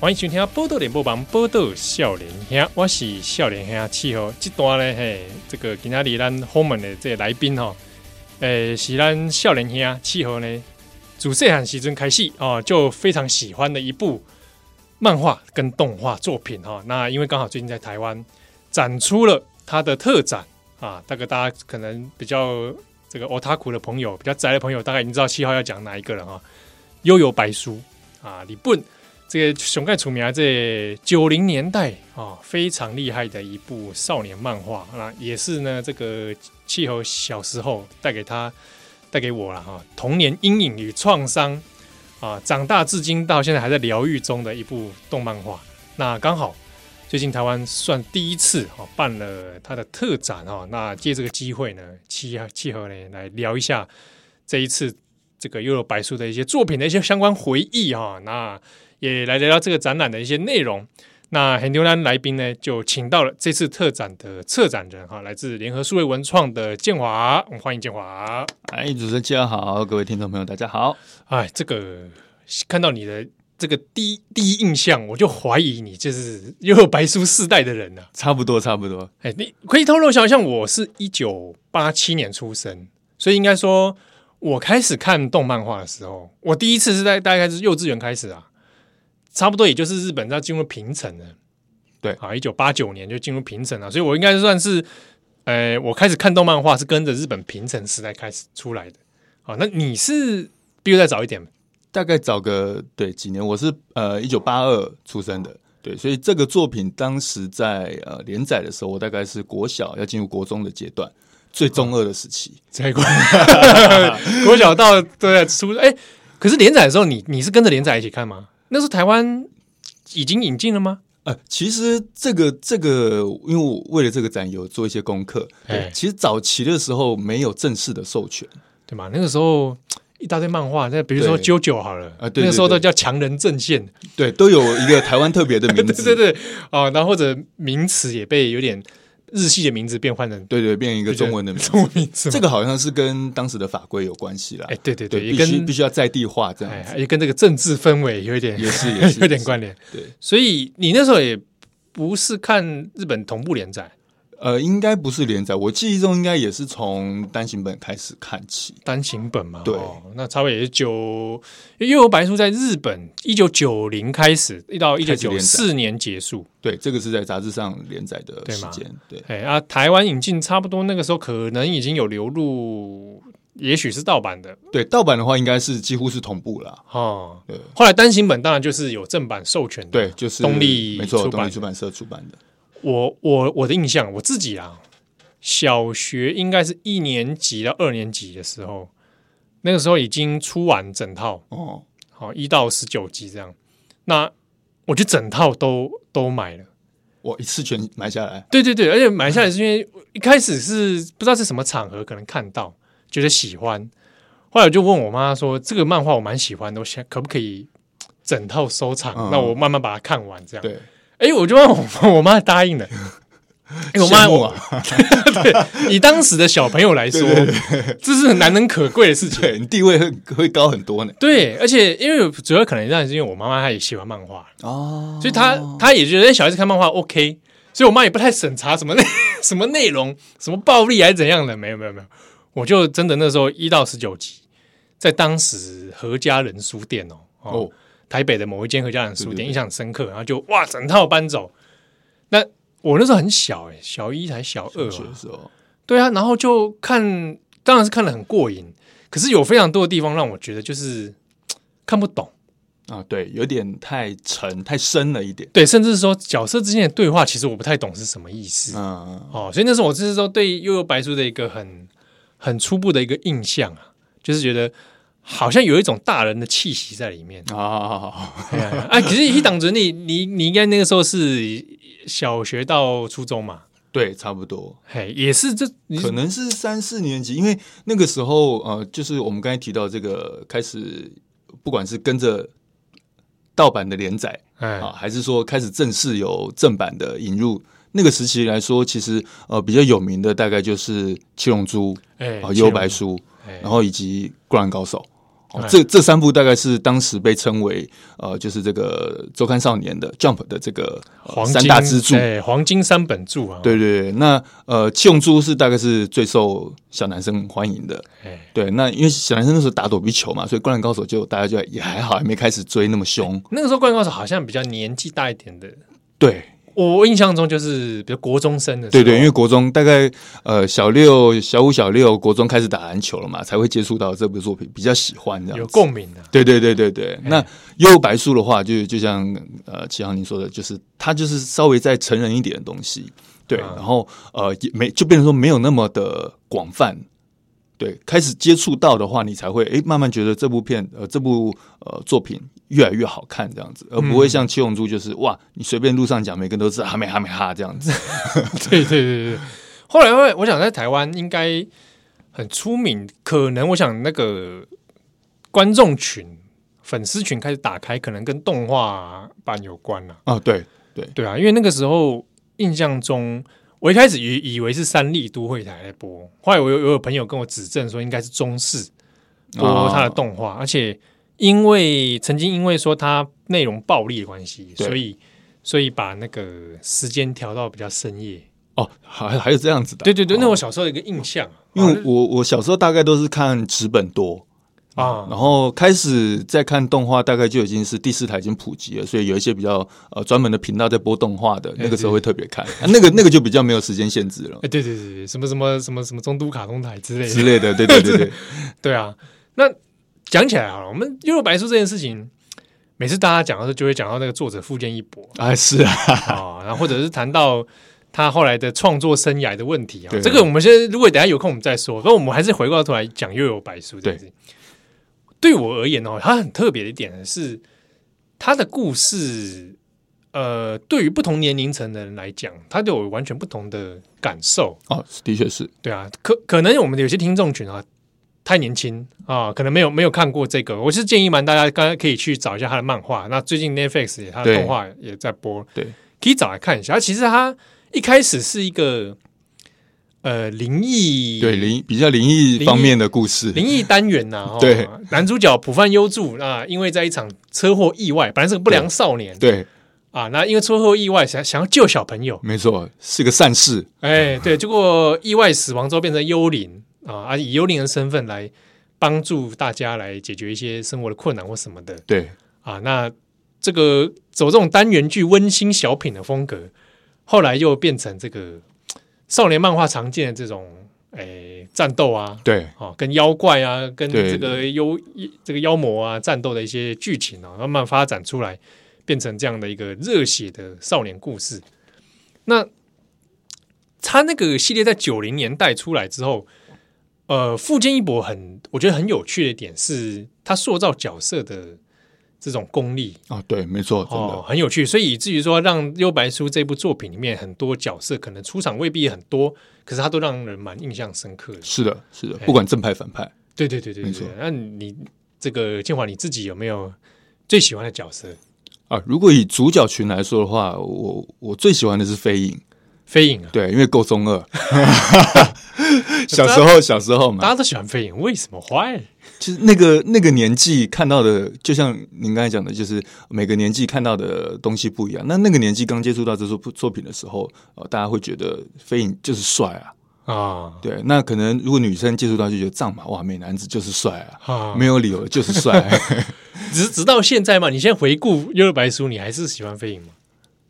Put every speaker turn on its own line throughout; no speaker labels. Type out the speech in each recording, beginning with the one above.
欢迎收听《波多联播网》，波多笑脸兄，我是笑脸兄七号。这段呢，嘿，这个今天咱访问的这个来宾吼，诶、是咱笑脸兄七号呢，自细汉时阵开始哦，就非常喜欢的一部漫画跟动画作品哈、哦。那因为刚好最近在台湾展出了他的特展啊，大概大家可能比较这个 otaku 的朋友，比较宅的朋友，大概已经知道七号要讲哪一个了哈、悠游白书啊，李本。这个熊盖出名的这九零年代啊、非常厉害的一部少年漫画，那也是呢，这个气候小时候带给他、带给我了哈、童年阴影与创伤啊，长大至今到现在还在疗愈中的一部动漫画。那刚好最近台湾算第一次哈、办了它的特展哈、那借这个机会呢，契合契合呢来聊一下这一次这个幽柔白书的一些作品的一些相关回忆哈、那也来聊聊这个展览的一些内容。那很牛兰来宾呢，就请到了这次特展的策展人哈，来自联合数位文创的建华，我们欢迎建华。
哎，主持人家好，各位听众朋友大家好。
哎，这个看到你的这个第一第一印象，我就怀疑你就是又有白书世代的人啊了、
差不多，差不多。
哎，你可以透露一下，像我是一九八七年出生，所以应该说，我开始看动漫画的时候，我第一次是在大概是幼稚园开始啊，差不多也就是日本要进入平成了。
对
啊，一九八九年就进入平成了，所以我应该算是，呃，我开始看动漫画是跟着日本平成时代开始出来的。好，那你是比我再早一点，
大概找个对几年，我是呃一九八二出生的，对，所以这个作品当时在呃连载的时候，我大概是国小要进入国中的阶段，最中二的时期。
这国 国小到对出哎、可是连载的时候你，你是跟着连载一起看吗？那时候台湾已经引进了吗？
呃，其实这个这个，因为我为了这个展有做一些功课，
哎
对，其实早期的时候没有正式的授权，
对吗？那个时候一大堆漫画，那比如说《
对
JoJo 好了，
啊对
那个时候
对
都
对
叫强人阵线，
对，都有一个台湾特别的名 字，
对对对，哦，然后或者名词也被有点日系的名字变换成
对对变一个中文 的名字，
中文名字嘛，
这个好像是跟当时的法规有关系啦。
哎，对对
对，
也
必须
跟
必须要在地化这样
哎
子，
也跟这个政治氛围有一点
也是也 是
有点关联，
对。
所以你那时候也不是看日本同步连载。
呃，应该不是连载，我记忆中应该也是从单行本开始看起。
单行本嘛，
对
哦那差不多也是九，因为幽游白书在日本一九九零开始，一到一九
开始
九
连
四
载
年结束，
对，这个是在杂志上连载的
对
时
吗
间。对，
哎啊，台湾引进差不多那个时候可能已经有流入，也许是盗版的
对，盗版的话应该是几乎是同步啦。
哦。
对
后来单行本当然就是有正版授权的，
对，就是
东立
没错，
出
东
版
立出版社出版的。
我我我的印象，我自己啊，小学应该是一年级到二年级的时候，那个时候已经出完整套，
哦，
好一到十九集这样。那我就整套都都买了，
我一次全买下来。
对对对，而且买下来是因为一开始是不知道是什么场合，可能看到觉得喜欢，后来我就问我妈说这个漫画我蛮喜欢的，我想可不可以整套收藏，
嗯
那我慢慢把它看完这样。
对，
哎，我就让我我妈答 应了。哎，我 妈
羡，慕啊，
以当时的小朋友来说，这是很难能可贵的事情。
对你地位会会高很多呢。
对，而且因为主要可能那是因为我妈妈她也喜欢漫画，
哦，
所以他他也觉得小孩子看漫画 OK，所以我妈也不太审查什么内 什么内容、什么暴力还是怎样的，没有没有没有，我就真的那时候一到十九集，在当时何家人书店哦哦
哦，
台北的某一间何家人书店
对对对
印象很深刻，然后就哇整套搬走。那我那时候很小哎、小一才小二、
小
啊，
学的时候，
对啊，然后就看，当然是看得很过瘾，可是有非常多的地方让我觉得就是看不懂。
啊，对，有点太沉太深了一点。
对，甚至是说角色之间的对话，其实我不太懂是什么意思、
嗯，
哦，所以那时候我就是说对悠悠白书的一个很很初步的一个印象啊，就是觉得好像有一种大人的气息在里
。
面
好好好好，
哎呀啊，可是一党子你你你应该那个时候是小学到初中嘛，
对，差不多。
嘿，也是这你
可能是三四年级，因为那个时候呃，就是我们刚才提到这个开始，不管是跟着盗版的连载
哎
啊，还是说开始正式有正版的引入，那个时期来说，其实呃比较有名的大概就是《七龙珠》
哎
啊，《幽白书》，
哎
然后以及《灌篮高手》哦
哎
这这三部大概是当时被称为呃，就是这个周刊少年的 Jump 的这个、呃
黄金
三大支柱。
哎，黄金三本柱啊，
对对对，那呃，七龙珠是大概是最受小男生欢迎的。
哎，
对，那因为小男生那时候打躲避球嘛，所以灌篮高手就大家就也还好，还没开始追那 么凶。
那个时候灌篮高手好像比较年纪大一点的，
对
我印象中就是比如国中生的时候，
对对，因为国中大概呃小六、小五、小六，国中开始打篮球了嘛，才会接触到这部作品，比较喜欢这样
有
子。
共鸣的、
对对对对
哎
对，那幽白书的话，就就像呃齐航您说的，就是它就是稍微再成人一点的东西，对，
嗯
然后呃也没就变成说没有那么的广泛，对，开始接触到的话，你才会诶慢慢觉得这部片呃这部呃作品越来越好看这样子，而
嗯
不会像七龙珠就是哇你随便路上讲每个人都是哈美哈美哈这 样子，
对对对对。后来我我想在台湾应该很出名，可能我想那个观众群、粉丝群开始打开，可能跟动画版有关了、
啊对
对啊，因为那个时候印象中，我一开始以以为是三立都会台在播，后来我有我有朋友跟我指正说，应该是中视播他的动画，而且因为曾经因为说它内容暴力的关系，
对
所以所以把那个时间调到比较深夜。
哦还还有这样子的，
对对对，
哦
那我小时候有一个印象，
因为我我小时候大概都是看纸本多，
啊
然后开始在看动画，大概就已经是第四台已经普及了，所以有一些比较呃专门的频道在播动画的，那个时候会特别看，啊、那个那个就比较没有时间限制了
哎，对对对对，什么什么什么什么中都卡通台之类
之
的，
类的，对对 对对，
对啊。那讲起来啊，我们幽游白书这件事情，每次大家讲到这，就会讲到那个作者富坚义博
啊是啊，
啊，然后或者是谈到他后来的创作生涯的问题啊
对。
这个我们现在如果等一下有空我们再说，不然我们还是回过头来讲幽游白书这件事情。对我而言哦，它很特别的一点是，它的故事，呃，对于不同年龄层的人来讲，它都有完全不同的感受。
哦的确是，
对啊，可可能我们有些听众群啊太年轻啊，可能没有没有看过这个。我是建议蛮大家刚刚可以去找一下他的漫画。那最近 Netflix 也他的
对
动画也在播，
对，
可以找来看一下。其实他一开始是一个呃灵异
对灵比较灵异方面的故事，
灵异单元 呐、哦
对，
男主角浦饭优助啊，因为在一场车祸意外，本来是个不良少年，
对，
啊，那因为车祸意外想想要救小朋友，
没错，是个善事，
哎，对，结果意外死亡之后变成幽灵啊，啊，以幽灵的身份来帮助大家来解决一些生活的困难或什么的
对
啊。那这个走这种单元剧温馨小品的风格，后来又变成这个少年漫画常见的这种哎战斗啊，
对
哦，跟妖怪啊，跟
对
这个妖这个妖魔啊战斗的一些剧情啊，慢慢发展出来，变成这样的一个热血的少年故事。那他那个系列在九零年代出来之后，呃，富坚义博很我觉得很有趣的一点是，他塑造角色的这种功力
哦对，没错，真
哦
的，
很有趣，所以以至于说让《幽白书》这部作品里面很多角色可能出场未必很多，可是他都让人蛮印象深刻的。
是的，是的，
哎
不管正派反派。
对对对对
没
对
错
对。那你这个建华你自己有没有最喜欢的角色？
啊，如果以主角群来说的话，我我最喜欢的是飞影，
飞影啊，
对，因为够 中二。 小时候，小时候嘛
大，家都喜欢飞影，为什么？Why？
其实那个那个年纪看到的，就像您刚才讲的，就是每个年纪看到的东西不一样。那那个年纪刚接触到这作作品的时候，呃，大家会觉得飞影就是帅啊，
啊
对。那可能如果女生接触到就觉得藏马哇，美男子就是帅啊，
啊，
没有理由就是帅，啊
直直到现在嘛，你现在回顾《幽游白书》，你还是喜欢飞影吗？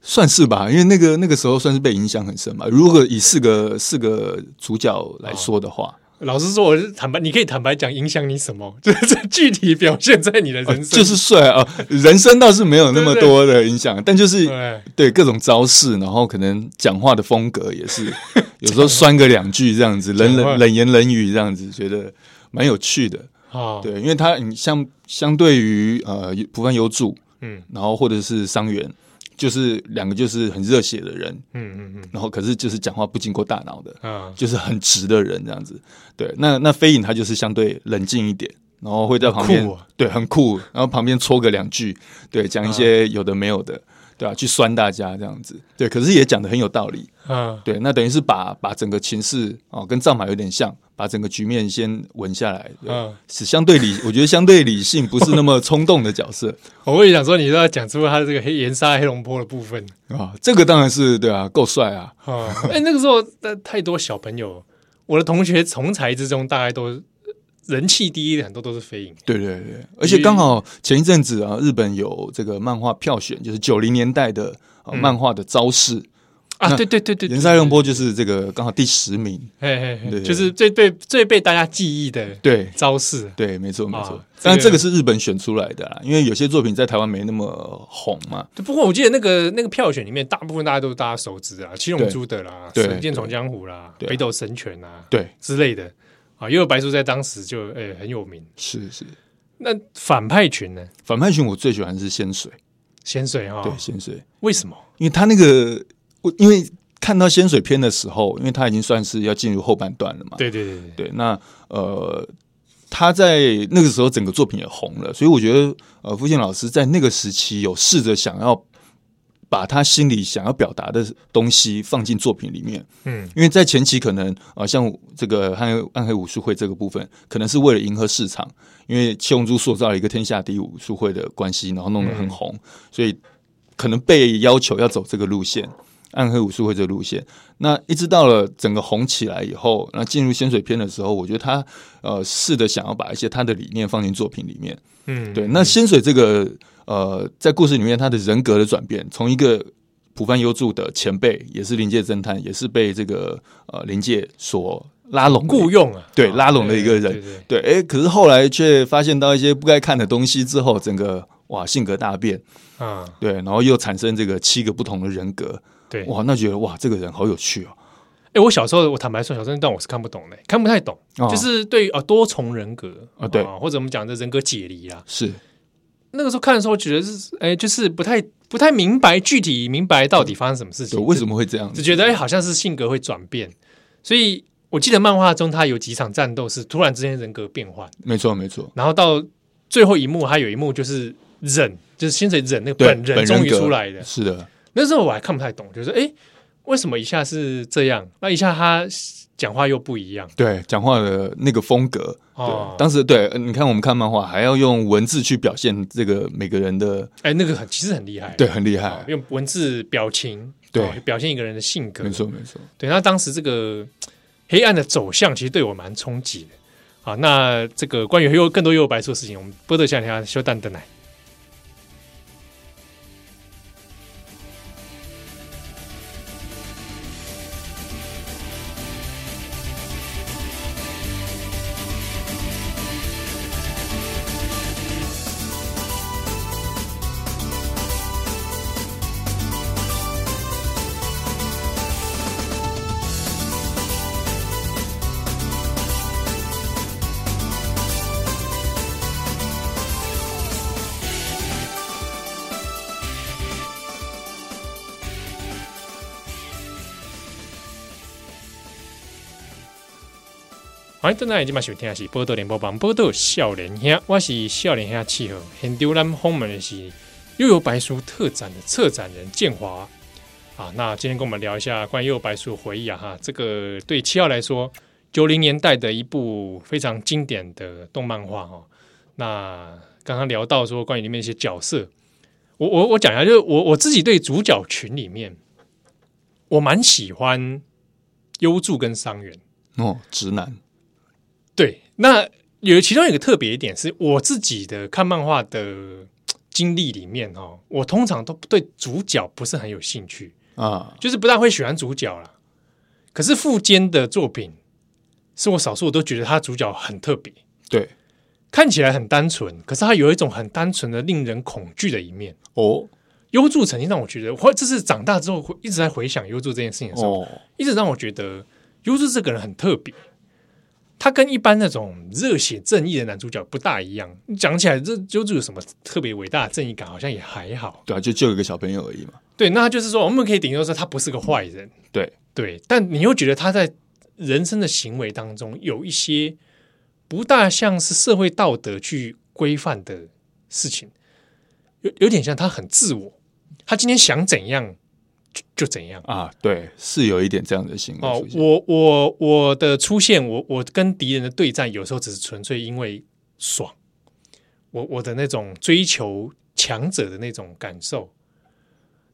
算是吧。因为那个那个时候算是被影响很深嘛。如果以四个四个主角来说的话，
老实说，我是坦白，你可以坦白讲，影响你什么？ 就是这具体表现在你的
呃
人生，
就是帅啊、人生倒是没有那么
对对
多的影响，但就是
对
对各种招式，然后可能讲话的风格也 是，有时候酸个两句这样子，冷
讲话
冷冷言冷语这样子，觉得蛮有趣的。
啊，
对，因为他你相相对于呃浦饭优助，
嗯
然后或者是伤员，就是两个就是很热血的人，
嗯嗯
然后可是就是讲话不经过大脑的，
嗯啊，
就是很直的人这样子。对，那那飞影他就是相对冷静一点，然后会在旁边、
很酷啊
对很酷，然后旁边戳个两句，对，讲一些有的没有的。对啊，去酸大家这样子，对，可是也讲的很有道理，
嗯，
对，那等于是把把整个情势哦，跟战马有点像，把整个局面先稳下来，对
嗯
是相对理，我觉得相对理性，不是那么冲动的角色
我也想说，你都要讲出他的这个黑岩沙黑龙坡的部分
啊，这个当然是对啊，够帅啊，
啊。哎、那个时候呃太多小朋友，我的同学从才之中，大概都人气第一的很多都是飞影。
对对对，而且刚好前一阵子啊，日本有这个漫画票选，就是九零年代的、啊、漫画的招式，
啊，
那
对对对嗯对，
岩塞龙波就是这个刚好第十名，
嘿嘿嘿，
对
就是最被最被大家记忆的
对
招式。
对，没错没错
啊，
当然
这
这
个
个是日本选出来的啦，因为有些作品在台湾没那么红嘛，
对不过我记得那个那个票选里面，大部分大家都是大家熟知的啊啦，《七龙珠》的啦，《
对
神剑闯江湖》啦，《
对啊
北斗神拳》啦
对，
之类的啊，因为白素在当时就诶、很有名。
是是，
那反派群呢？
反派群我最喜欢是仙水，
仙水哈、
对仙水，
为什么？
因为他那个我因为看到仙水篇的时候，因为他已经算是要进入后半段了嘛，
对对对对，
对，那呃，他在那个时候整个作品也红了，所以我觉得呃，付建老师在那个时期有试着想要把他心里想要表达的东西放进作品里面，
嗯
因为在前期可能呃，像这个暗黑暗黑武术会这个部分，可能是为了迎合市场，因为七龙珠塑造了一个天下第一武术会的关系，然后弄得很红，所以可能被要求要走这个路线，暗黑武术会这个路线。那一直到了整个红起来以后，那进入仙水篇的时候，我觉得他呃试着想要把一些他的理念放进作品里面。
嗯，
对，那仙水这个呃，在故事里面他的人格的转变，从一个浦饭优助的前辈，也是灵界侦探，也是被这个呃灵界所拉拢的
雇佣啊，
对
啊
拉拢的一个人
对对对
对，哎、可是后来却发现到一些不该看的东西之后，整个哇性格大变，
对啊，
对，然后又产生这个七个不同的人格，
对。
哇，那觉得哇这个人好有趣哦，
哎、我小时候，我坦白说，小时候那段我是看不懂的，看不太懂，
哦
就是对于啊多重人格
啊对
或者我们讲的人格解离啦，
是
那个时候看的时候，觉得是哎、就是不太不太明白具体明白到底发生什么事
对，
情，
为什么会这样
只
子？
觉得哎、好像是性格会转变。所以我记得漫画中，他有几场战斗是突然之间人格变换，
没错，没错，
然后到最后一幕，他有一幕就是忍，就是先水忍那个
对，
本人终于
格
出来的。
是的，
那时候我还看不太懂，就是哎、为什么一下是这样，那一下他讲话又不一样
对，讲话的那个风格，
哦
对，。当时对，呃你看我们看漫画还要用文字去表现这个每个人的，
哎、那个很其实很厉害，
对，很厉
哦
害，
用文字表情
对
哦表现一个人的性格
没，错没错，
对，那当时这个黑暗的走向其实对我蛮冲击的。好，那这个关于又更多又白说的事情，我们波特下天休蛋等来。欢迎回来，今晚收听的是《波多联播榜》，波多少年兄，我是少年兄七号。现场咱们访问的是悠游白书特展的策展人建华啊。那今天跟我们聊一下关于悠游白书的回忆啊哈，这个对七号来说，九零年代的一部非常经典的动漫画哦。那刚刚聊到说关于里面一些角色，我我我讲一下，就是我我自己对主角群里面，我蛮喜欢优助跟伤员。
哦，直男，
对，那有其中有一个特别一点是我自己的看漫画的嘖经历里面哦，我通常都对主角不是很有兴趣，
啊，
就是不大会喜欢主角啦。可是富坚的作品是我少数我都觉得他主角很特别，
对，
看起来很单纯，可是他有一种很单纯的令人恐惧的一面。
哦
优助曾经让我觉得，或这是长大之后会一直在回想优助这件事情的时候，
哦，
一直让我觉得优助这个人很特别。他跟一般那种热血正义的男主角不大一样。讲起来，这优助有什么特别伟大的正义感，好像也还好。
对啊，就救一个小朋友而已嘛，
对，那他就是说，我们可以顶多说他不是个坏人，
对，
对。但你又觉得他在人生的行为当中有一些不大像是社会道德去规范的事情，有有点像他很自我，他今天想怎样就就怎样。
啊，对，是有一点这样的行为
哦
出，现。
我我我的出现，我我跟敌人的对战，有时候只是纯粹因为爽，我我的那种追求强者的那种感受。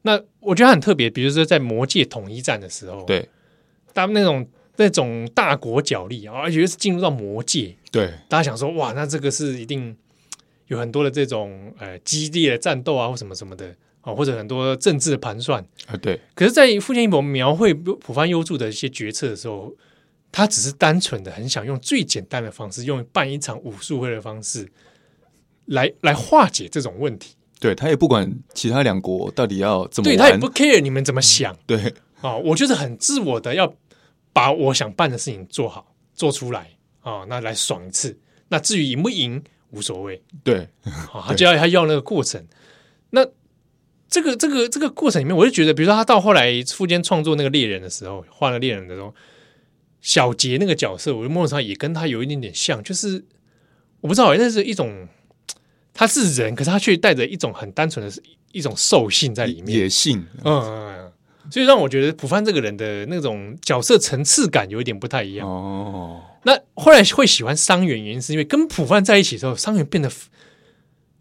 那我觉得它很特别，比如说在魔界统一战的时候，
对
他们那种那种大国角力啊，而且又是进入到魔界，
对
大家想说哇，那这个是一定有很多的这种呃激烈的战斗啊，或什么什么的啊，或者很多政治的盘算。
啊，对
可是，在富坚义博描绘浦番优助的一些决策的时候，他只是单纯的很想用最简单的方式，用办一场武术会的方式来来化解这种问题。
对，他也不管其他两国到底要怎么
对
嗯玩，
他也不 care 你们怎么想啊、
对
哦我就是很自我的要把我想办的事情做好做出来啊、哦那来爽一次。那至于赢不赢无所谓，
对
啊，他就要他要那个过程。那这个这个这个过程里面，我就觉得，比如说他到后来富坚创作那个猎人的时候，画了猎人的时候，小杰那个角色，我就梦上也跟他有一点点像，就是我不知道，欸那是一种他是人，可是他却带着一种很单纯的一种兽性在里面，
野性，
嗯嗯。嗯嗯所以让我觉得普范这个人的那种角色层次感有一点不太一样。
哦，
那后来会喜欢伤员，原因是因为跟普范在一起之后，伤员变得，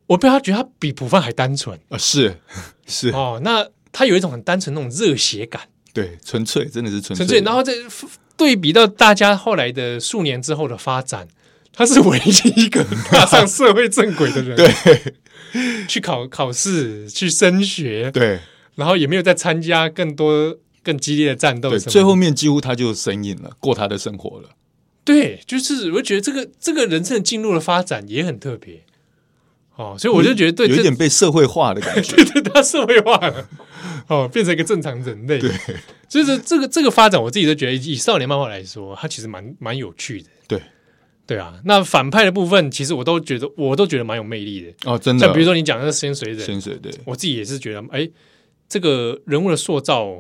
我被他觉得他比普范还单纯
啊，是是，
哦。那他有一种很单纯那种热血感，
对，纯粹，真的是纯
纯
粹
粹。
的，
然后再对比到大家后来的数年之后的发展， 他是唯一一个踏上社会正轨的人。对，去考考试，去升学，
对
然后也没有再参加更多更激烈的战斗
对，
什么的。
最后面几乎他就生硬了，过他的生活了。
对，就是我觉得这个这个人生进入了发展也很特别哦，所以我就觉得对
有一
这
点被社会化的感觉。
对对，他社会化了哦，变成一个正常人类。对，就是这个这个发展，我自己都觉得以少年漫画来说，它其实蛮蛮有趣的。
对，
对啊，那反派的部分，其实我都觉得我都觉得蛮有魅力的。
哦，真的，
像比如说你讲的仙水人，
潜水，对，
我自己也是觉得，哎，这个人物的塑造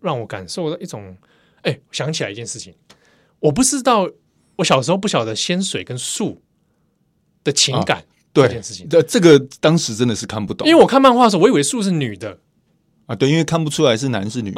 让我感受到一种，哎，想起来一件事情，我不知道，我小时候不晓得仙水跟树的情感、
对
这件事情，
这这个当时真的是看不懂，
因为我看漫画的时候，我以为树是女的，
啊，对，因为看不出来是男是女，
嗯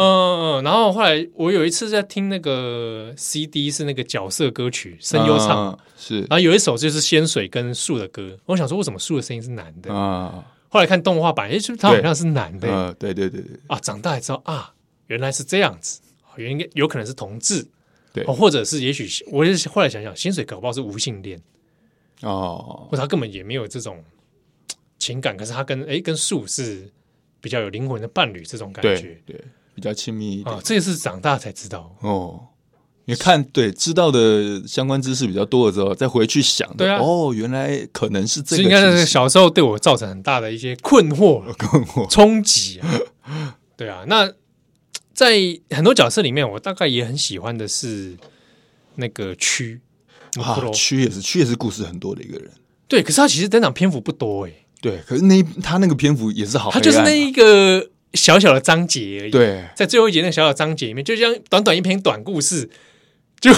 嗯，然后后来我有一次在听那个 CD 是那个角色歌曲声优唱，
啊是
然后有一首就是仙水跟树的歌，我想说为什么树的声音是男的，
啊，
后来看动画版，哎，是不是他好像是男的？
呃，对对对对
啊，长大才知道啊，原来是这样子，哦原应该有可能是同志，
对
哦或者是也许我也是后来想想，薪水搞不好是无性恋，
哦
或，者他根本也没有这种嘖情感，可是他跟哎跟树是比较有灵魂的伴侣这种感
对
觉
对，比较亲密一点
啊，这也是长大才知道。
哦。你看，对知道的相关知识比较多了之后，再回去想，
对啊
哦，原来可能是这
所以
个
你看，
情
这
形
小时候对我造成很大的一些困 惑、冲击啊。 对啊，那嘖在很多角色里面，我大概也很喜欢的是那个蛆
啊
Mukuro，
区也是区也是故事很多的一个人，
对，可是他其实登场篇幅不多哎、
对，可是那一他那个篇幅也是好黑暗啊，
它就是那一个小小的章节而已。，
对
在最后一节那个小小章节里面，就像短短一篇短故事， 就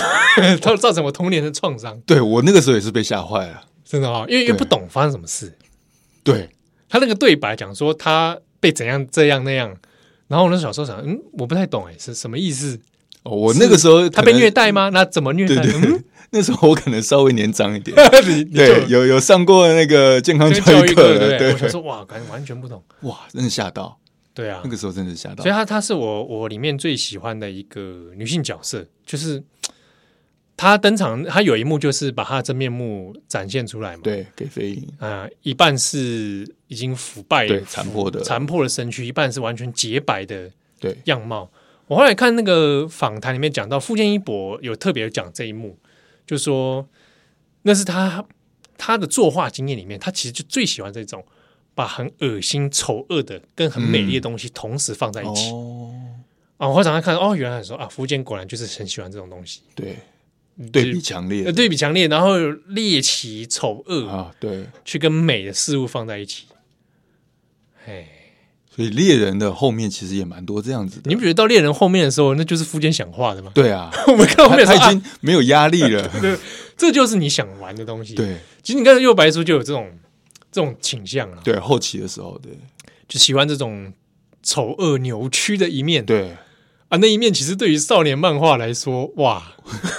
造造成我童年的创伤，
对，我那个时候也是被吓坏了，
真的啊、哦，因为因为
对
不懂发生什么事。
对
他那个对白讲说他被怎样这样那样，然后我那时候小时候想，嗯，我不太懂哎，是什么意思？
哦，我那个时候
他
可
被
能
虐待吗？那怎么虐待？
对对
嗯，
那时候我可能稍微年长 一点，
你你就
对，有有上过那个健康
这个教
教育
育
课
课对不
的，
对？我想
对，
说哇，感完全不懂。
哇，真的吓到，
对啊
那，个时候真的吓到
所以，她她是我我里面最喜欢的一个女性角色，就是她登场，她有一幕就是把她的真面目展现出来嘛。，
对，给飞鹰，
啊、一半是已经腐败、
对，残破的，
哎残破的身躯，一半是完全洁白的
对，
样貌。我后来看那个访谈里面讲到，富坚一博有特别讲这一幕，就说那是他他的作画经验里面，他其实就最喜欢这种把很恶心、丑恶的跟很美丽
嗯
的东西同时放在一起。
哦，
啊，我后来长大看，哦，原来说啊，福建果然就是很喜欢这种东西，
对，对比强烈
呃，对比强烈，然后猎奇、丑恶、
啊，对，
去跟美的事物放在一起。哎，
所以猎人的后面其实也蛮多这样子
你
的，
不觉得到猎人后面的时候，那就是福建想画的吗？
对啊，
我们看后
他
面说
他
啊
已，经没有压力 了，
对这就是你想玩的东西。，
对
其实你看右白书就有这种这种倾向啊，
对，后期的时候，对，
就喜欢这种丑恶扭曲的一面。
对，
啊，那一面其实对于少年漫画来说，哇，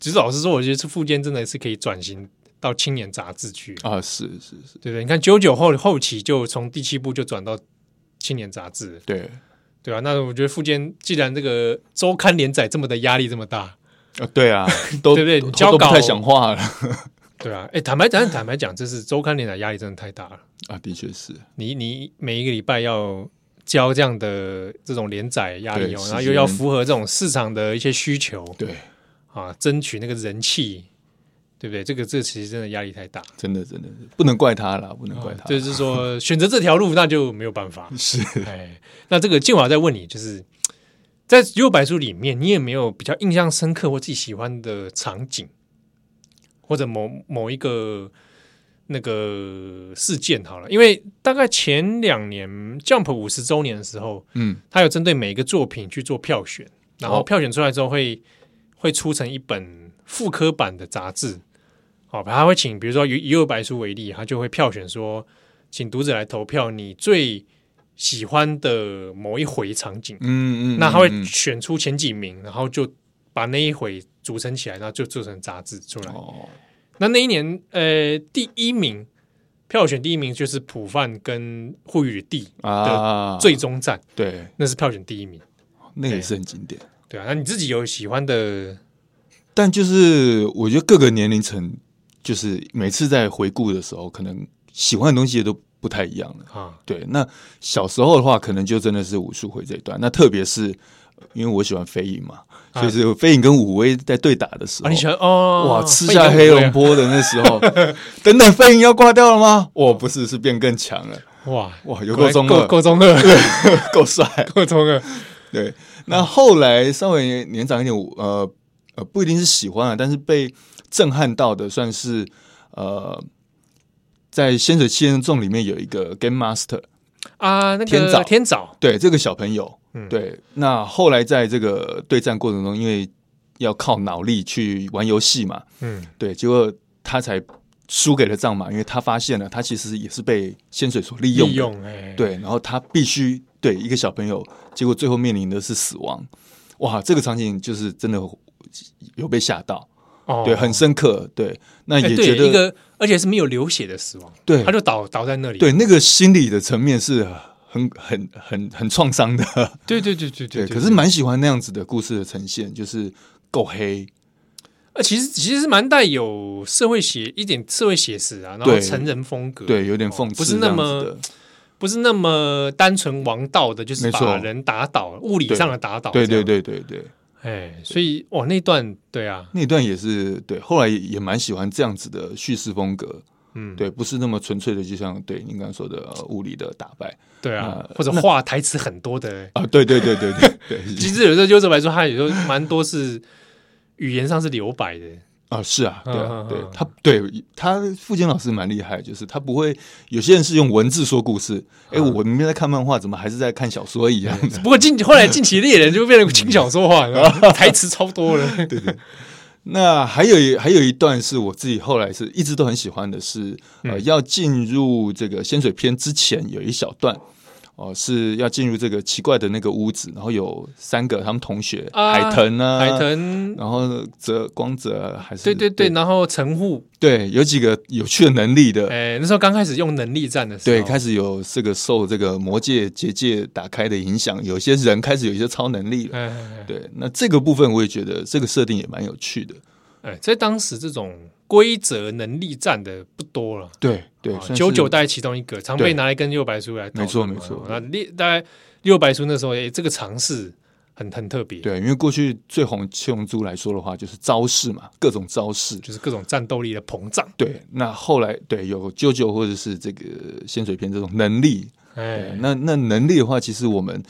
其实老实说，我觉得这附件真的是可以转型到青年杂志去，
啊，是是是，
对不对？你看九九后后期就从第七部就转到青年杂志了，
对，
对啊，那我觉得附件既然这个周刊连载这么的压力这么大，
啊，对 啊，都
对不对
都
你交
都不
稿
太想画了
对啊，哎，坦白讲，坦白讲，这是周刊连载压力真的太大了。
啊，的确是，
你你每一个礼拜要交这样的这种连载压力
对
哦，
时
然后又要
间
符合这种市场的一些需求
对，
啊，争取那个人气，对不对？这个这其实真的压力太大，
真的真的不能怪他啦，不能怪他，
啊就是说选择这条路那就没有办法。
是
哎，那这个建华再问你，就是在六百书里面，你有没有比较印象深刻或自己喜欢的场景，或者某某一个那个事件？好了，因为大概前两年 Jump 五十周年的时候，
嗯，
它有针对每一个作品去做票选，然后
哦
票选出来之后会会出成一本复刻版的杂志。好，他会请，比如说以以右白书为例，他就会票选说，请读者来投票你最喜欢的某一回场景。
嗯嗯，
那他会
嗯
选出前几名，然后就把那一回组成起来，然后就做成杂志出来。
哦，
那那一年，呃，第一名票选第一名就是普范跟护宇帝
啊，
最终战，
对，
那是票选第一名。
那个也是很经典，
对啊，那你自己有喜欢的
但就是我觉得各个年龄层，就是每次在回顾的时候，可能喜欢的东西也都不太一样了。
啊？
对，那小时候的话，可能就真的是武术会这一段。那特别是呃因为我喜欢飞影嘛，
啊
所以是飞影跟武威在对打的时候，
啊，你喜欢哦？
哇，吃下黑龙
波
波的那 时候，等等，飞影要挂掉了吗？哦，不是，是变更强了。
哇
哇，有够中
够
二，
够中二，
够帅。
够中二
对， 那后来稍微年长一点，我呃呃，不一定是喜欢啊，但是被震撼到的，算是呃，在《仙水七人众》里面有一个 Game Master，
啊！那个
天早
天早，
对这个小朋友，
嗯
对，那后来在这个对战过程中，因为要靠脑力去玩游戏嘛，
嗯，
对，结果他才输给了藏马，因为他发现了他其实也是被仙水所利用的
利用哎，，
对，然后他必须对一个小朋友，结果最后面临的是死亡。哇，这个场景就是真的有被吓到，
哦
对，很深刻。对，那
哎
也
对
觉
一
得
个，而且是没有流血的死亡，
对
他就倒倒在那里，
对那个心理的层面是很很很很创伤的。
对对对对
对，
对
可是蛮喜欢那样子的故事的呈现，就是够黑。
呃，其实其实蛮带有社会写一点社会写实啊，然后
对
成人风格，
对，有点
哦
讽刺、
不是那么
的，
不是那么单纯王道的，就是
没
把
错
人打倒，物理
对
上的打倒，
对对，对对对，
哎，所以哇，那段对啊，
那段也是对，后来也也蛮喜欢这样子的叙事风格，
嗯，
对，不是那么纯粹的，就像对您刚刚说的、呃物理的打败，
对啊，
那
或者话台词很多的。
啊，对对对对对 对
其实有时候优哲来说，他有时候蛮多是语言上是留白 的，
啊，是啊，对啊
嗯嗯，嗯
对
嗯
他，对他傅坚老师蛮厉害，就是他不会有些人是用文字说故事，哎，
嗯
我明明在看漫画，怎么还是在看小说一样？
不过近后来近期猎人就变成轻小说化，你知道吗台词超多 了。对
那还有一还有一段是我自己后来是一直都很喜欢的是，
嗯
呃，要进入这个仙水篇之前有一小段。哦，是要进入这个奇怪的那个屋子，然后有三个他们同学，
啊
海豚啊，
海，豚，
然后泽光泽还是
对对对，然后陈户，
对，有几个有趣的能力的，
哎，那时候刚开始用能力战的时候，
对，开始有这个受这个魔界结界打开的影响，有些人开始有一些超能力了。
哎，哎哎
对，那这个部分我也觉得这个设定也蛮有趣的。
哎，在当时这种规则能力战的不多了。
对对
啊，九九大概其中一个，常被
对
拿来跟六白书来讨论
没错
嘛
没错
那六大概六白书那时候，哎，这个尝试很很特别，
对，因为过去最红《七龙珠》来说的话，就是招式嘛，各种招式。
就是各种战斗力的膨胀。
对，那后来对有舅舅或者是这个仙水篇这种能力，对
哎，
那那能力的话，其实我们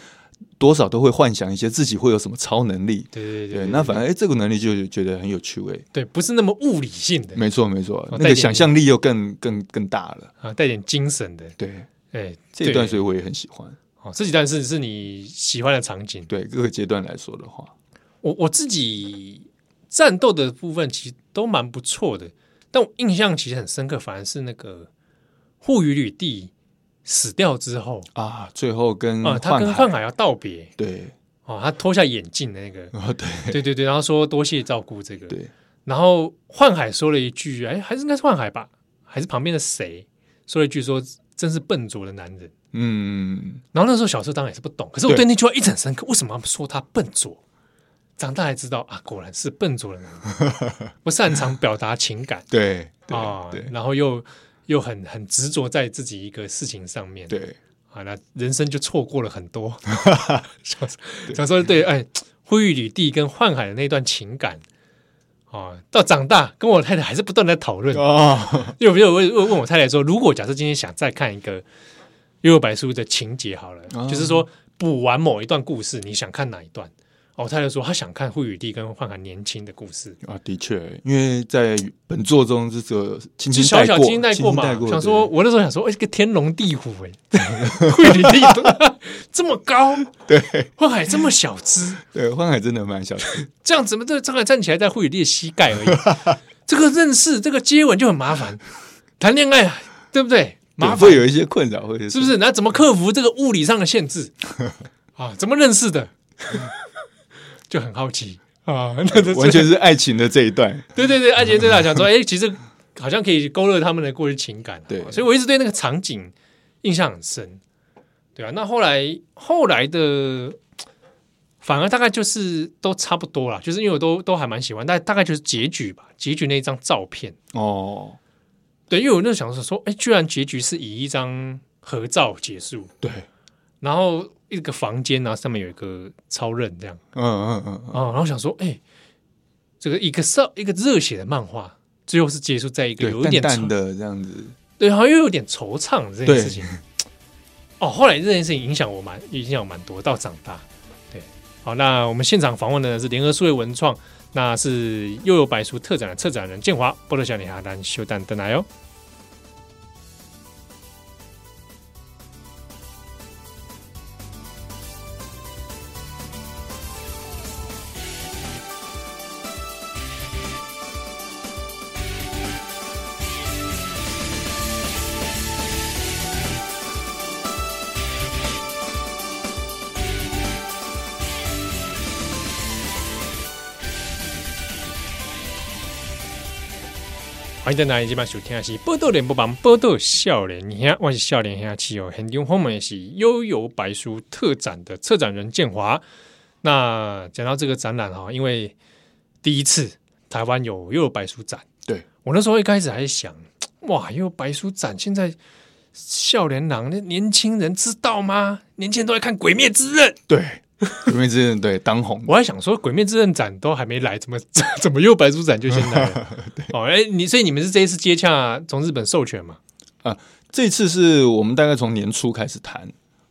多少都会幻想一些自己会有什么超能力。
对对对
对，那反而哎，这个能力就觉得很有趣味。
对，不是那么物理性的
没错没错，
哦带
那
点
个想象力又更更更大了。
啊，带点精神的。
对，
哎，
这一段
对
所以我也很喜欢。
哦，这几段是是你喜欢的场景。
对各个阶段来说的话，
我我自己战斗的部分其实都蛮不错的，但我印象其实很深刻，反而是那个护与吕地死掉之后
啊，最后跟
啊，他跟
幻
幻海要道别
对
哦，他脱下眼镜的那个，
啊对
对对对，然后说多谢照顾这个，
对
然后幻海说了一句，哎，还是应该是幻海吧，还是旁边的谁说了一句说真是笨拙的男人。
嗯，
然后那时候小时候当然也是不懂，可是我
对
对那句话一直很深刻，为什么要说他笨拙？长大才知道啊，果然是笨拙的男 人，不擅长表达情感
对对
啊
对，
然后又又很很执着在自己一个事情上面，
对
啊，那人生就错过了很 多。想说想说对，哎，呼吁吕弟跟幻海的那段情感。啊，到长大跟我太太还是不断地在讨论，
哦，
因为我有问问问我太太说，如果假设今天想再看一个《幽游白书》的情节好了，
哦
就是说补完某一段故事，你想看哪一段？哦，我太太说她想看惠雨帝跟幻寒年轻的故事，
啊，的确，因为在本作中这个轻
就
轻
小
嗯带
小
过，
轻轻带过
轻
嘛。
带过，
想
对
说，我那时候想说，哎、这个天龙地虎、哎， 惠雨帝都这么高，
对
幻海这么小只，
对，幻海真的蛮小的，
这样怎么这张海站起来在惠雨帝的膝盖而 已？这个认识，这个接吻就很麻烦，谈恋爱对不对？麻
对
烦
会有一些困扰，会
是不？是？那怎么克服这个物理上的限 制啊？怎么认识的？ 就很好奇啊。那这
完全是爱情的这一段，
对对对，艾杰最大想说，哎、其实好像可以勾勒他们的过去情感、啊。
对
所以我一直对那个场景印象很深。对啊，那后来后来的反而大概就是都差不多啦，就是因为我都都还蛮喜欢，但大概就是结局吧，结局那一张照片。
哦，
对，因为我那时候想说，哎、居然结局是以一张合照结束，
对，
然后一个房间，然后上面有一个超人这样
嗯嗯嗯嗯，
啊、然后想说，哎、这个一个少一个热血的漫画，最后是结束在一个
对，
有一
淡
点
淡
惆
的这样子，
对，好像又有点惆怅这件
对
事情。哦，后来这件事情影响我蛮影响我蛮多，到长大。对，好，那我们现场访问的是联合数位文创，那是又有白书特展的策展人建华，波多小女孩丹修蛋登来哦。欢迎在哪里？今晚收听的是《波多连播榜》，波多笑脸兄，我是笑脸兄七哦。很久后面是悠游白书特展的策展人建华。那讲到这个展览哈，因为第一次台湾有悠游白书展，
对
我那时候一开始还想，哇，悠游白书展现在笑脸郎那年轻人知道吗？年轻人都在看《鬼灭之刃》，
对， 因为这对当红
我还想说《鬼灭之刃》展都还没来，怎么 怎么又白书展就先来了？ 哦，哎、你所以你们是这一次接洽从日本授权嘛？
这次是我们大概从年初开始谈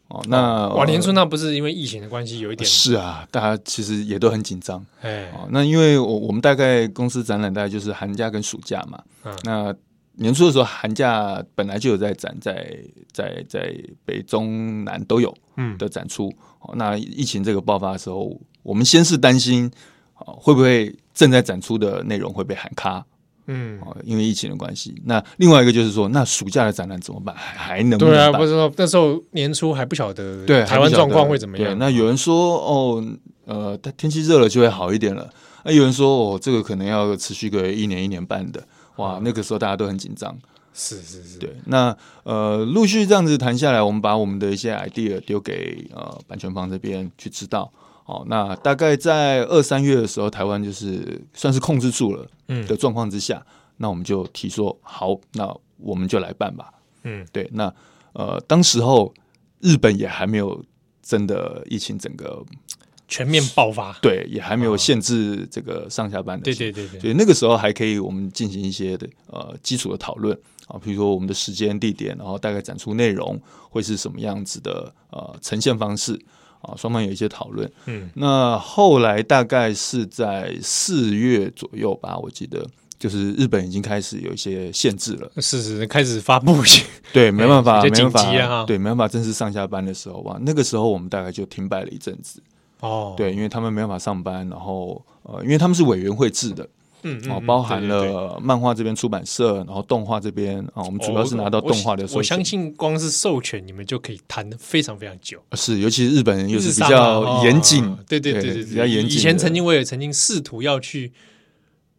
哦，那
哇，年初
呃
那不是因为疫情的关系有一点，
是啊，大家其实也都很紧张
哎，
哦。那因为我我们大概公司展览大概就是寒假跟暑假嘛，
嗯
那年初的时候寒假本来就有在展，在在在北中南都有
嗯，
的展出。哦，那疫情这个爆发的时候，我们先是担心哦会不会正在展出的内容会被喊卡
嗯，
哦，因为疫情的关系。那另外一个就是说，那暑假的展览怎么办？还还能不能
对啊，
办
不是说那时候年初还不晓得
对
台湾状况
还不晓得
会怎么
对
样，
那有人说哦，呃，它天气热了就会好一点了。那有人说哦，这个可能要持续个一年一年半的。哇，那个时候大家都很紧张。
是是是，
对，那呃，陆续这样子谈下来，我们把我们的一些 idea 丢给呃版权方这边去知道。哦，那大概在二三月的时候，台湾就是算是控制住了
嗯
的状况之下，那我们就提说好，那我们就来办吧。
嗯，
对，那呃，当时候日本也还没有真的疫情整个
全面爆发，
对，也还没有限制这个上下班的
啊对
情况
对对对，
所以那个时候还可以我们进行一些的呃基础的讨论啊，比如说我们的时间、地点，然后大概展出内容会是什么样子的呃呈现方式啊，双方有一些讨论。
嗯，
那后来大概是在四月左右吧，我记得。就是日本已经开始有一些限制了，
是是开始发布，
对，没办法，
就
没
哎紧
办法，
急了啊哈
对，没办法正式上下班的时候哇，那个时候我们大概就停摆了一阵子，
哦，
对，因为他们没办法上班，然后呃，因为他们是委员会制的，
嗯嗯
哦，
嗯
包含
对对对哦
了漫画这边出版社，然后动画这边啊，我们主要是拿到动画的授
我
权
相。信光是授权，你们就可以谈的非常非常久。
呃是，尤其是日本人又
日
是比
商嘛
较严谨
哦，对对对对，
比较严谨的。
以前曾经我也曾经试图要去，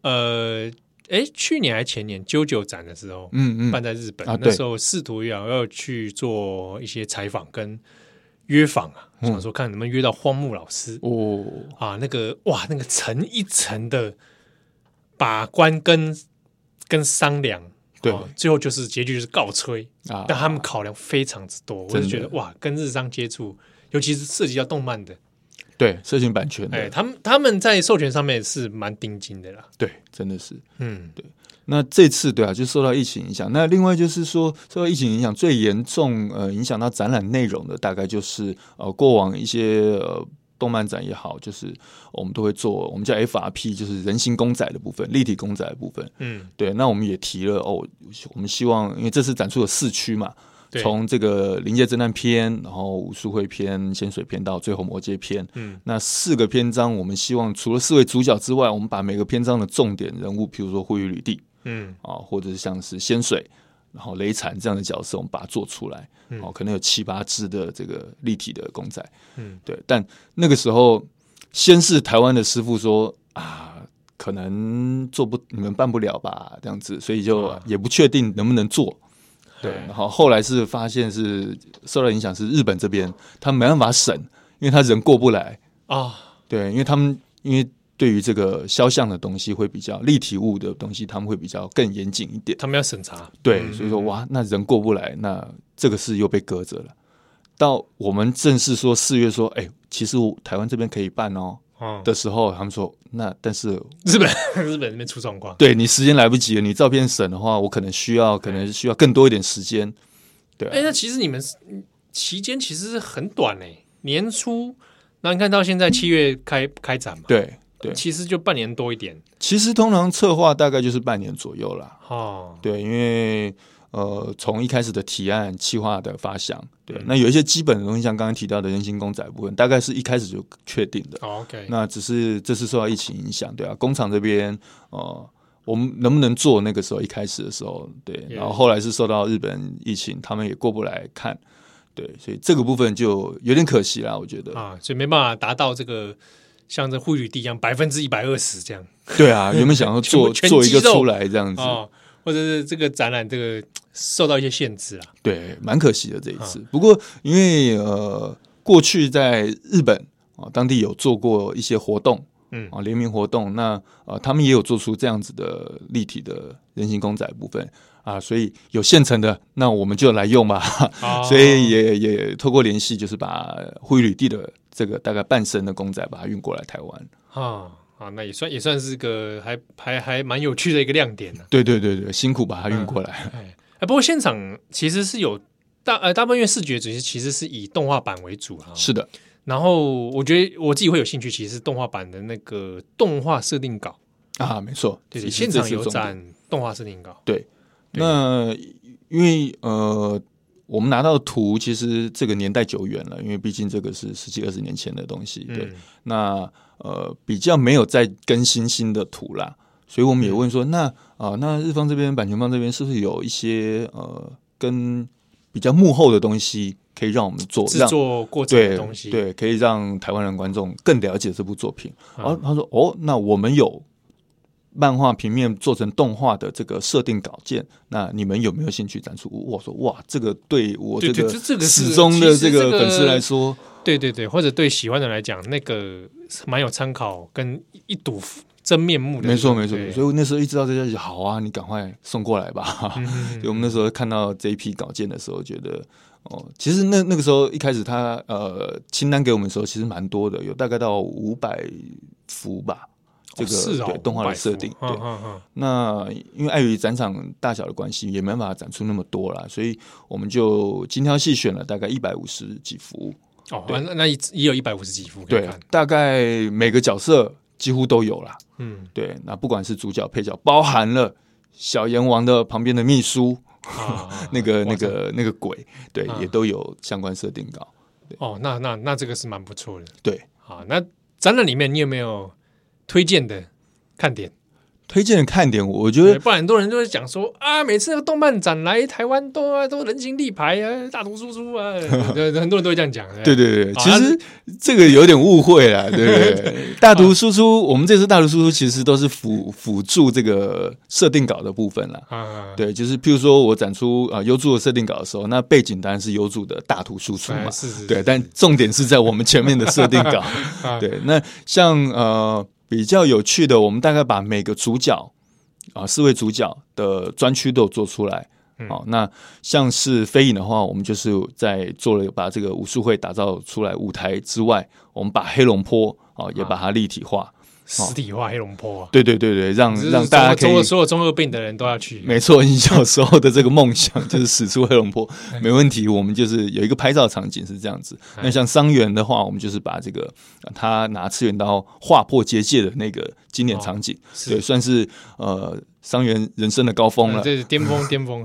呃，哎，去年还前年九九展的时候，
嗯
办
嗯，
在日本
啊，
那
对
时候试图想要去做一些采访跟约访啊，想说看能不能约到荒木老师
嗯哦，
啊，那个哇，那个层一层的把关跟跟商量。
对
哦最后就是结局就是告吹，
啊，
但他们考量非常之多，我就
真的
觉得哇，跟日商接触，尤其是涉及到动漫的，
对社群版权
哎、
的，
他们他们在授权上面是蛮盯紧的啦。
对，真的是。
嗯，
那这次对啊，就受到疫情影响。那另外就是说，受到疫情影响最严重，呃，影响到展览内容的，大概就是呃，过往一些呃动漫展也好，就是我们都会做，我们叫 FRP，就是人形公仔的部分，立体公仔的部分。
嗯，
对，那我们也提了哦，我们希望，因为这次展出有四区嘛，
对，
从这个《灵界侦探》篇，然后武术会篇、仙水篇到最后魔界篇，
嗯，
那四个篇章，我们希望除了四位主角之外，我们把每个篇章的重点人物，譬如说护玉吕地
嗯
啊，或者是像是仙水，然后雷禅这样的角色，我们把它做出来，
嗯
哦，可能有七八只的这个立体的公仔，
嗯，
对。但那个时候，先是台湾的师傅说啊，可能做不，你们办不了吧，这样子，所以就
啊
也不确定能不能做。对，
哎
然后后来是发现是受到影响是日本这边，他没办法审，因为他人过不来。
啊，
对，因为他们因为对于这个肖像的东西会比较立体物的东西，他们会比较更严谨一点。
他们要审查，
对，
嗯
所以说哇，那人过不来，那这个事又被搁着了。到我们正式说四月说，哎、其实我台湾这边可以办哦
哦，
的时候，他们说那但是
日本 日本那边出状况，
对你时间来不及了，你照片审的话，我可能需要可能需要更多一点时间。对啊、
哎、那其实你们嗯期间其实很短嘞、年初，那你看到现在七月开开展嘛，
对对，
其实就半年多一点，
其实通常策划大概就是半年左右啦。
哦，
对，因为呃，从一开始的提案、企划的发想，对，
嗯
那有一些基本的东西，像刚刚提到的人形公仔部分，大概是一开始就确定的。
哦，OK，
那只是这次受到疫情影响，对啊，工厂这边呃，我们能不能做那个时候一开始的时候，对，
Yeah.
然后后来是受到日本疫情，他们也过不来看，对，所以这个部分就有点可惜啦，我觉得。
啊，所以没办法达到这个像这护宇地一样百分之一百二十这样。
对啊，原本想要做
全
做一个
肌肉
出来这样子，
哦，或者是这个展览这个受到一些限制啦。
对，蛮可惜的这一次。
嗯
不过因为呃，过去在日本啊、当地有做过一些活动，
嗯
啊，联名活动，那呃，他们也有做出这样子的立体的人形公仔部分啊，所以有现成的，那我们就来用吧。
哦
所以也也透过联系，就是把灰履地的这个大概半身的公仔，把它运过来台湾。
啊啊，那也算也算是个还还还蛮有趣的一个亮点呢、啊
对对对对，辛苦把它运过来。
哎哎，不过现场其实是有大呃大部分因为视觉只是其实是以动画版为主啊。
是的，
然后我觉得我自己会有兴趣，其实是动画版的那个动画设定稿，
啊，没错，
哦对
其
对，
实
现
这
场
是
有
重点
展动画设定稿。
对，那因为呃，我们拿到的图其实这个年代久远了，因为毕竟这个是十几二十年前的东西。对，
嗯
那呃比较没有再更新新的图啦，所以我们也问说，
嗯
那啊、那日方这边版权方这边是不是有一些呃跟比较幕后的东西可以让我们做，
制
让
作过程的
对
东西，
对，可以让台湾人观众更了解这部作品。
嗯
然后他说：“哦，那我们有漫画平面做成动画的这个设定稿件，那你们有没有兴趣展出？”我说：“哇，这个对我
对
这
对
个
这这个是
始终的
其实这个
粉丝来说，
对对对，或者对喜欢的来讲，那个是蛮有参考跟一睹真面目的。
没错没错。
对
所以我那时候一知道这消息，好啊，你赶快送过来吧。
嗯
所以我们那时候看到这一批稿件的时候，觉得。”哦，其实那那个时候一开始他呃清单给我们的时候，其实蛮多的，有大概到五百幅吧。这个、
是哦
对动画的设定，
嗯
对，那因为碍于展场大小的关系，也没办法展出那么多啦，所以我们就精挑细选了大概一百五十几幅，
哦，那那也也有一百五十几幅可以
对啊
看，，
大概每个角色几乎都有啦。
嗯
对，那不管是主角、配角，包含了小阎王的旁边的秘书，，
啊
那个、
哇
那个、那个鬼，对，
啊
也都有相关设定稿。
哦，那那那这个是蛮不错的
对，
啊。那展览里面你有没有推荐的看点？
推荐的看点，我觉
对，
得
不然很多人就会讲说啊，每次那个动漫展来台湾都啊都人形立牌啊，大图叔叔 啊，对，对很多人都会这样讲。哎
对
对
对对，
好
其实这个有点误会啦，对 对对？大图输出，我们这次大图输出其实都是辅辅助这个设定稿的部分啦。
啊，
对，就是譬如说我展出啊优助的设定稿的时候，那背景当然是优助的大图输出嘛
哎，是是，
对，但重点是在我们前面的设定稿。
啊
对，那像呃比较有趣的，我们大概把每个主角啊、四位主角的专区都有做出来。
嗯
好、那像是飞影的话，我们就是在做了把这个武术会打造出来舞台之外，我们把黑龙坡啊、也把它立体化。
实体化黑龙坡啊，
对对对对，让
就是
嗯让大家可
中
以
国所有中二病的人都要去。
没错，你小时候的这个梦想 就是驶出黑龙坡，
哎
没问题。我们就是有一个拍照场景是这样子。那像伤员的话，我们就是把这个呃他拿次元刀划破结界的那个经典场景，
哦是哎
对，算是呃伤员人生的高峰了。
这是巅峰，巅峰。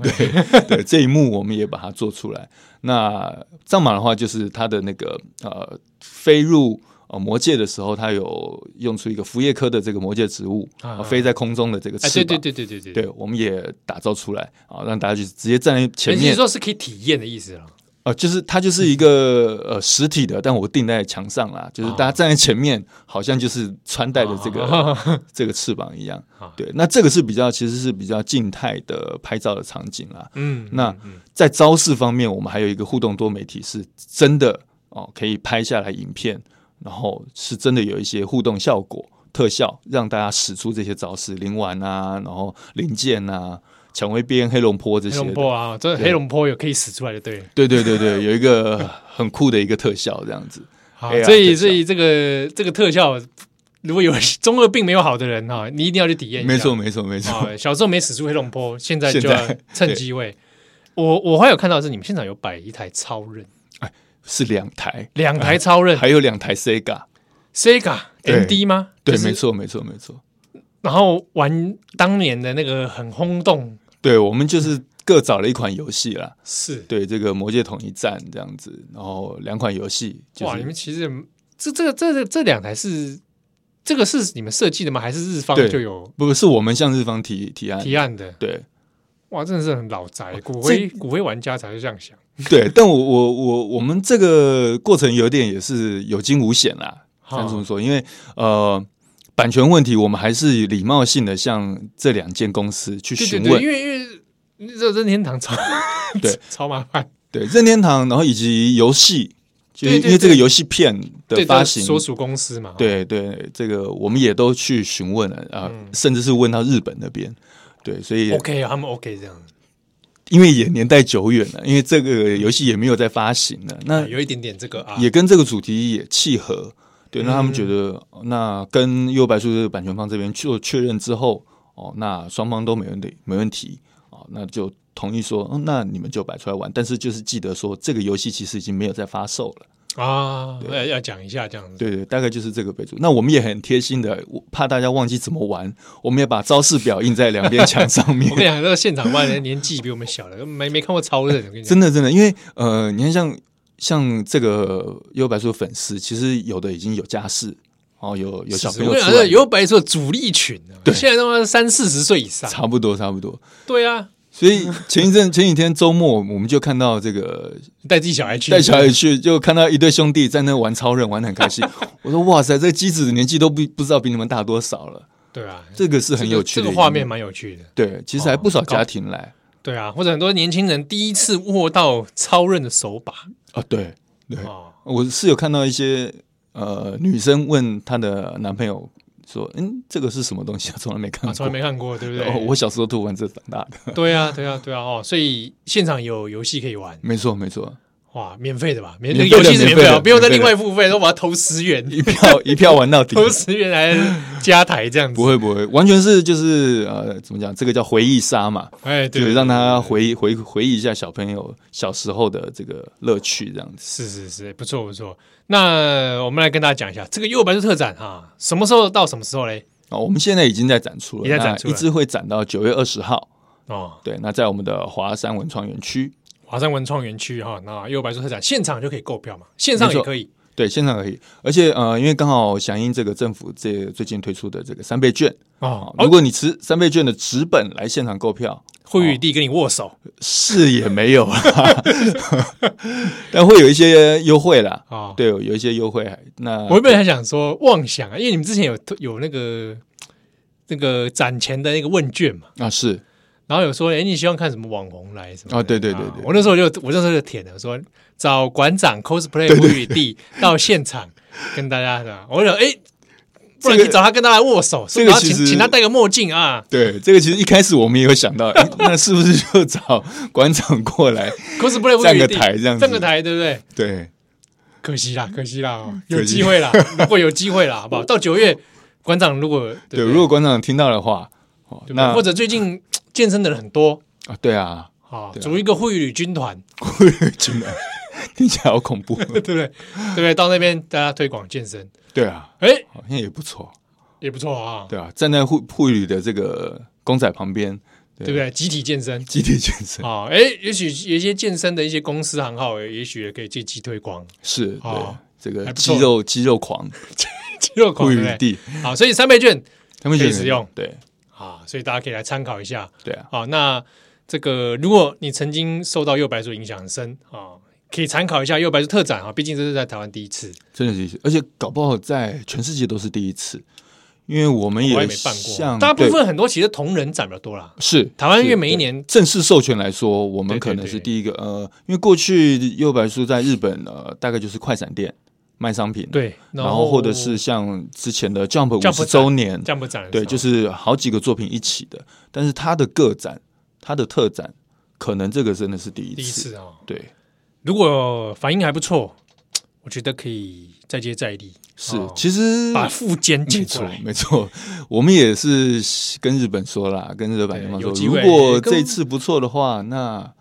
哎
对这一幕，我们也把它做出来。那藏马的话，就是他的那个呃飞入。呃，魔界的时候，他有用出一个福叶科的这个魔界植物，
啊
呃飞在空中的这个
哎，
翅
对
膀
对，对对对对。
对，我们也打造出来啊，让大家就直接站在前
你是
面，
说是可以体验的意思了。
呃，就是它就是一个呃实体的，但我定在墙上
啊
啦，就是大家站在前面，好像就是穿戴的这
哦
个
个
这个翅膀一样
啊。
对，那这个是比较其实是比较静态的拍照的场景啦。
嗯，
那
嗯
在招式方面，我们还有一个互动多媒体，是真的哦，可以拍下来影片，然后是真的有一些互动效果、特效，让大家使出这些招式，灵丸啊，然后零件啊，蔷薇边、黑龙坡这
黑
些
龙
的。
坡啊，这
对
黑龙坡有可以使出来的，对了。
对对对对，有一个很酷的一个特效，这样子。
好，
AI
所
特
以
效
所以这个这个特效，如果有中二病没有好的人哈，你一定要去体验一下。
没错，没错，没错。
啊，小时候没使出黑龙坡，现在
现
就
在
要趁机会。我我还有看到的是你们现场有摆一台超人，
是两台，
两台超人
还有两台 Sega。
，Sega
对
MD 吗？
对
就，是
没。错，没错，没错。
然后玩当年的那个很轰动，
对，我们就是各找了一款游戏啦。
是
对，这个《魔界统一战》这样子，然后两款游戏，就
哇，
是
你们其实也这这个这这这两台是这个是你们设计的吗？还是日方
对
就有
不是我们向日方提提案，
提案的？
对
哇，真的是很老
哦
宅，骨灰骨灰玩家才会这样想。
对， 但我我我我们这个过程有点也是有惊无险啦，
哈
咱这么说，因为呃版权问题，我们还是礼貌性的向这两间公司去
对对
询
对，因
问，
为因为这任天堂超
对
超麻烦，
对任天堂，然后以及游戏，就是
对对
因为这个
对
游戏片的
对
发
这
行，
所属公司嘛，
对对，这个我们也都去询问了啊、呃
嗯
甚至是问到日本那边。对，所以
，OK，他啊们 OK 这样，
因为也年代久远了，因为这个游戏也没有在发行了，那
啊有一点点这个啊，嗯
也跟这个主题也契合。对，那他们觉得，哦那跟优白书的版权方这边做确认之后，哦，那双方都没问题，没问题，哦，那就同意说，嗯，那你们就摆出来玩，但是就是记得说，这个游戏其实已经没有在发售了。
啊，要要讲一下这样子，
对对，大概就是这个备注。那我们也很贴心的，我怕大家忘记怎么玩，我们也把招式表印在两边墙上面
我。们两啊个在现场玩，年纪比我们小的，没没看过超人，我跟你讲，
真的真的，因为呃，你看像像这个优白素的粉丝，其实有的已经有家室，哦，有有小朋友
我跟你
出
讲，
来，
有白说主力群啊，现在他妈三四十岁以上，
差不多差不多。
对啊，
所以前一阵前几天周末，我们就看到这个
带自己小孩去，
带小孩去，就看到一对兄弟在那玩超人，玩的很开 心。我说哇塞，这机子的年纪都不不知道比你们大多少了，
对啊，
这个是很有趣
这
的
个
一
画面
幕。
蛮有趣的，
对，其实还不少
哦高
家庭来
对啊，或者很多年轻人第一次握到超人的手把
啊，对对，
哦，
我是有看到一些呃女生问她的男朋友说：“嗯，这个是什么东西啊？从来没看过。
啊从来没看过，对不对？
哦，我小时候都玩这长大 的。
对啊，对啊，对啊，哦，所以现场有游戏可以玩，
没错，没错，
哇，免费的吧？免
免费的
游戏是免费
免费
的，
的
不用再另外付费，都把它投十元，
一票一票玩 到底。
投十元来加台这样子
不。会不会，完全是就是呃，怎么讲？这个叫回忆杀嘛，
哎，
就
对，
是
对
让
对
他回忆回回忆一下小朋友小时候的这个乐趣，这样子。
是是是，不错不错。那我们来跟大家讲一下这个右白兔特展哈，什么时候到什么时候嘞？
啊、我们现在已经在展出了，
也在展出
那
了
一直会展到九月二十号。
哦，
对，那在我们的华山文创园区。
华山文创园区哈，那右白兔特展现场就可以购票嘛，线上
没
也
错
可以。
对，现场可以，而且呃，因为刚好响应这个政府这最近推出的这个三倍券啊、
哦，
如
哦，
果你持三倍券的纸本来现场购票，
会与地跟你握手
是也没有啦， 但会有一些优惠啦。
哦。
对，有一些优惠。那
我原本还想说妄想啊，因为你们之前有有那个那个攒钱的那个问卷嘛，
啊是
然后有说，哎、你希望看什么网红来什么的？
哦对对对
啊
对
我那时候就我那时候就舔了，我说找馆长 cosplay 吴雨地到现场跟大家，是吧我想，哎、不然
这个
你找他跟他来握手，
这个
然后
其
请
实
请他戴个墨镜啊
对，这个其实一开始我们也有想到， 诶那是不是就找馆长过来？
，cosplay 吴
站
雨
个
地
台这样子
站个台，对不对？
对，
可惜啦，可惜啦，哦
嗯可
有
惜
机会 啦，如果有机会啦，好不好？到九月，馆长如果
对，
不
如果馆长听到的话，哦
对不对
那
或者最近健身的人很多
啊，对啊，
啊，
对啊
组一个护旅军团，
真的听起来好恐怖。
对 不对？对不对？到那边大家推广健身，
对啊，
哎、
好像也不错。
也不错啊，
对啊，站在护护旅的这个公仔旁边，
对不对？集体健身
集体健身
啊，哎、也许有一些健身的一些公司行号，也许也可以借机推广
是对
哦
这
还
个
不错
肌肉肌肉狂
肌肉
护
狂，对
旅
不对？
地，
好，所以三倍券
他们
可以
觉得
使用
对
啊，所以大家可以来参考一下。
对啊，
好，那这个如果你曾经受到右白素影响很深啊，可以参考一下右白素特展啊，毕竟这是在台湾第一次。
真的是第一次，而且搞不好在全世界都是第一次，因为我们
我
也
也没办过，
像
大部
对
分很多其实同人展比较多啦。
是
台湾因为
是
每一
对嗯
年
正式授权来说，我
对
们
对
可能是
对
第一个。呃，因为过去右白书在日本呃，大概就是快闪店卖商品，，
对，
然后或者是像之前的 Jump 五
Jump
十周年，
这样不展的时候，
对，就是好几个作品一起的。但是它的个展，它的特展，可能这个真的是第一次。
第一次啊。
对，
如果反应还不错，我觉得可以再接再厉，
是，
哦
其实
把副监
没
请出
错
来，。
嗯没错，我们也是跟日本说啦，跟日本
对
地方
有
说，
机
如
会
果
跟
这次不错的话，那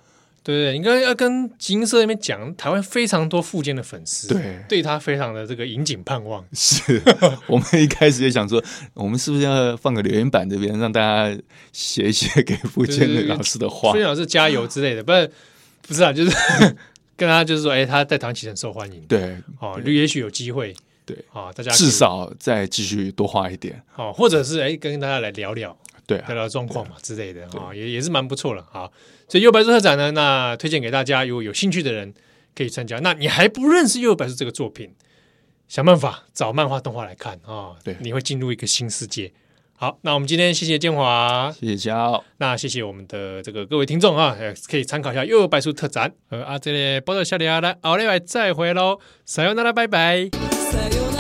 对对，对应该要跟集英社那边讲，台湾非常多副监的粉丝，
对
对他非常的这个引颈盼望。
是我们一开始也想说，我们是不是要放个留言板这边，让大家写一些给福建的老师的话
孙？老师加油之类的，不是不是啊，就是 跟他就是说，哎、他在台湾其实很受欢迎，
对
哦，就也许有机会，
对，
哦，大家可以
至少再继续多画一点。
哦，或者是哎、跟大家来聊聊
对啊
聊，聊状况嘛之类的，哦，也也是蛮不错了，好，所以右白素特展呢，那推荐给大家，如果有兴趣的人可以参加。那你还不认识右白素这个作品，想办法找漫画动画来看啊、哦，
对
你会进入一个新世界。好，那我们今天谢谢建华，
谢谢嘉奥，
那谢谢我们的这个各位听众啊，呃可以参考一下《又有白书特展》呃啊，这里报道下里啊，来，奥利来再会喽，撒由那拉，拜拜。
さよなら